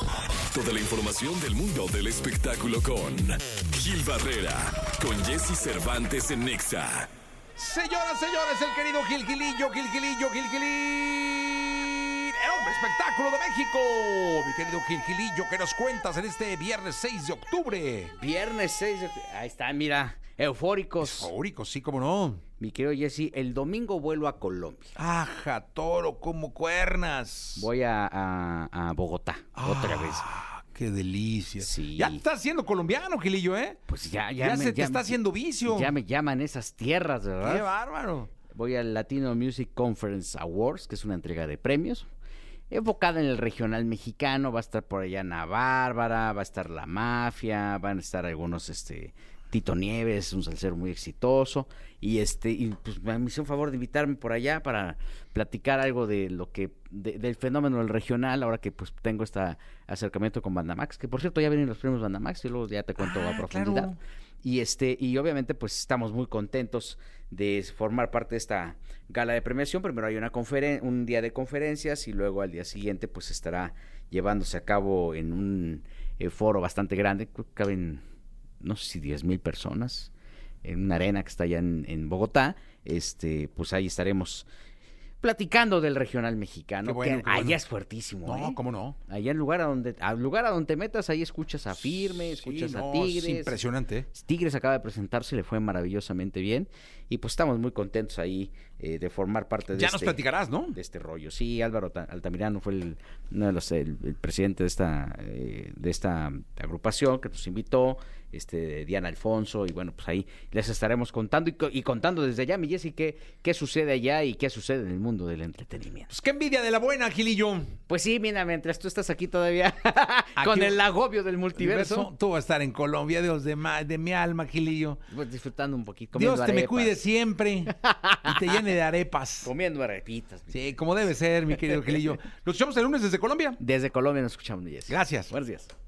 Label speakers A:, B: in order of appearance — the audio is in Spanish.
A: resto de la información del mundo del espectáculo con Gil Barrera, con Jesse Cervantes en Nexa.
B: Señoras, señores, el querido Gil Gilillo, Gil Gilillo, Gil Gilín, el hombre espectáculo de México. Mi querido Gil Gilillo, ¿qué nos cuentas en este viernes 6 de octubre?
C: Viernes 6 de octubre. Ahí está, mira. Eufóricos.
B: Favorito, sí, cómo no.
C: Mi querido Jesse, el domingo vuelo a Colombia.
B: Aja, toro, como cuernas.
C: Voy a, a- a Bogotá otra vez.
B: Ah, Qué delicia.
C: Sí.
B: Ya te estás haciendo colombiano, Gilillo, ¿eh?
C: Pues ya, ya,
B: Ya,
C: me-
B: se te
C: ya
B: está
C: me-
B: haciendo vicio.
C: Ya me llaman esas tierras, ¿verdad?
B: Qué bárbaro.
C: Voy al Latino Music Conference Awards, que es una entrega de premios, enfocada en el regional mexicano. Va a estar por allá Ana Bárbara, va a estar La Mafia, van a estar algunos, este, Tito Nieves, un salsero muy exitoso. Y este, y pues me hizo un favor de invitarme por allá para platicar algo de lo que, de- del fenómeno del regional, ahora que pues tengo este acercamiento con Bandamax, que por cierto ya vienen los premios Bandamax, y luego ya te cuento
B: Ah,
C: a profundidad.
B: claro.
C: Y este, y obviamente, pues estamos muy contentos de formar parte de esta gala de premiación. Primero hay una conferen- un día de conferencias y luego al día siguiente, pues estará llevándose a cabo en un eh, foro bastante grande. Creo que Caben, no sé si 10 mil personas en una arena que está allá en, en Bogotá. Este, pues ahí estaremos platicando del regional mexicano.
B: Qué bueno,
C: que
B: qué bueno.
C: Allá es fuertísimo.
B: No,
C: ¿eh?
B: cómo no.
C: Allá el lugar a donde, al lugar a donde te metas, ahí escuchas a Firme, escuchas
B: Sí,
C: a
B: no,
C: Tigres.
B: Es impresionante. ¿eh?
C: Tigres acaba de presentarse, le fue maravillosamente bien y pues estamos muy contentos ahí eh, de formar parte de,
B: Ya nos
C: este,
B: platicarás, ¿no?
C: de este rollo. Sí, Álvaro Ta- Altamirano fue el, uno de los, el, el presidente de esta, eh, de esta agrupación que nos invitó, este Diana Alfonso y bueno, pues ahí les estaremos contando y, co- y contando desde allá, mi Jessy, qué, qué sucede allá y qué sucede en el mundo del entretenimiento.
B: Pues qué envidia de la buena, Gilillo.
C: Pues sí, mira, mientras tú estás aquí todavía con
B: Aquí-
C: el agobio del multiverso,
B: Universo, Tú vas a estar en Colombia, Dios de, ma- de mi alma, Gilillo.
C: pues disfrutando un poquito.
B: Dios
C: comiendo
B: te me
C: arepas,
B: cuide siempre y te llene de arepas.
C: Comiendo arepitas. mi
B: Sí, como debe ser, mi querido Gilillo. Nos escuchamos el lunes desde Colombia.
C: Desde Colombia nos escuchamos, Jessy.
B: Gracias.
C: Buenos días.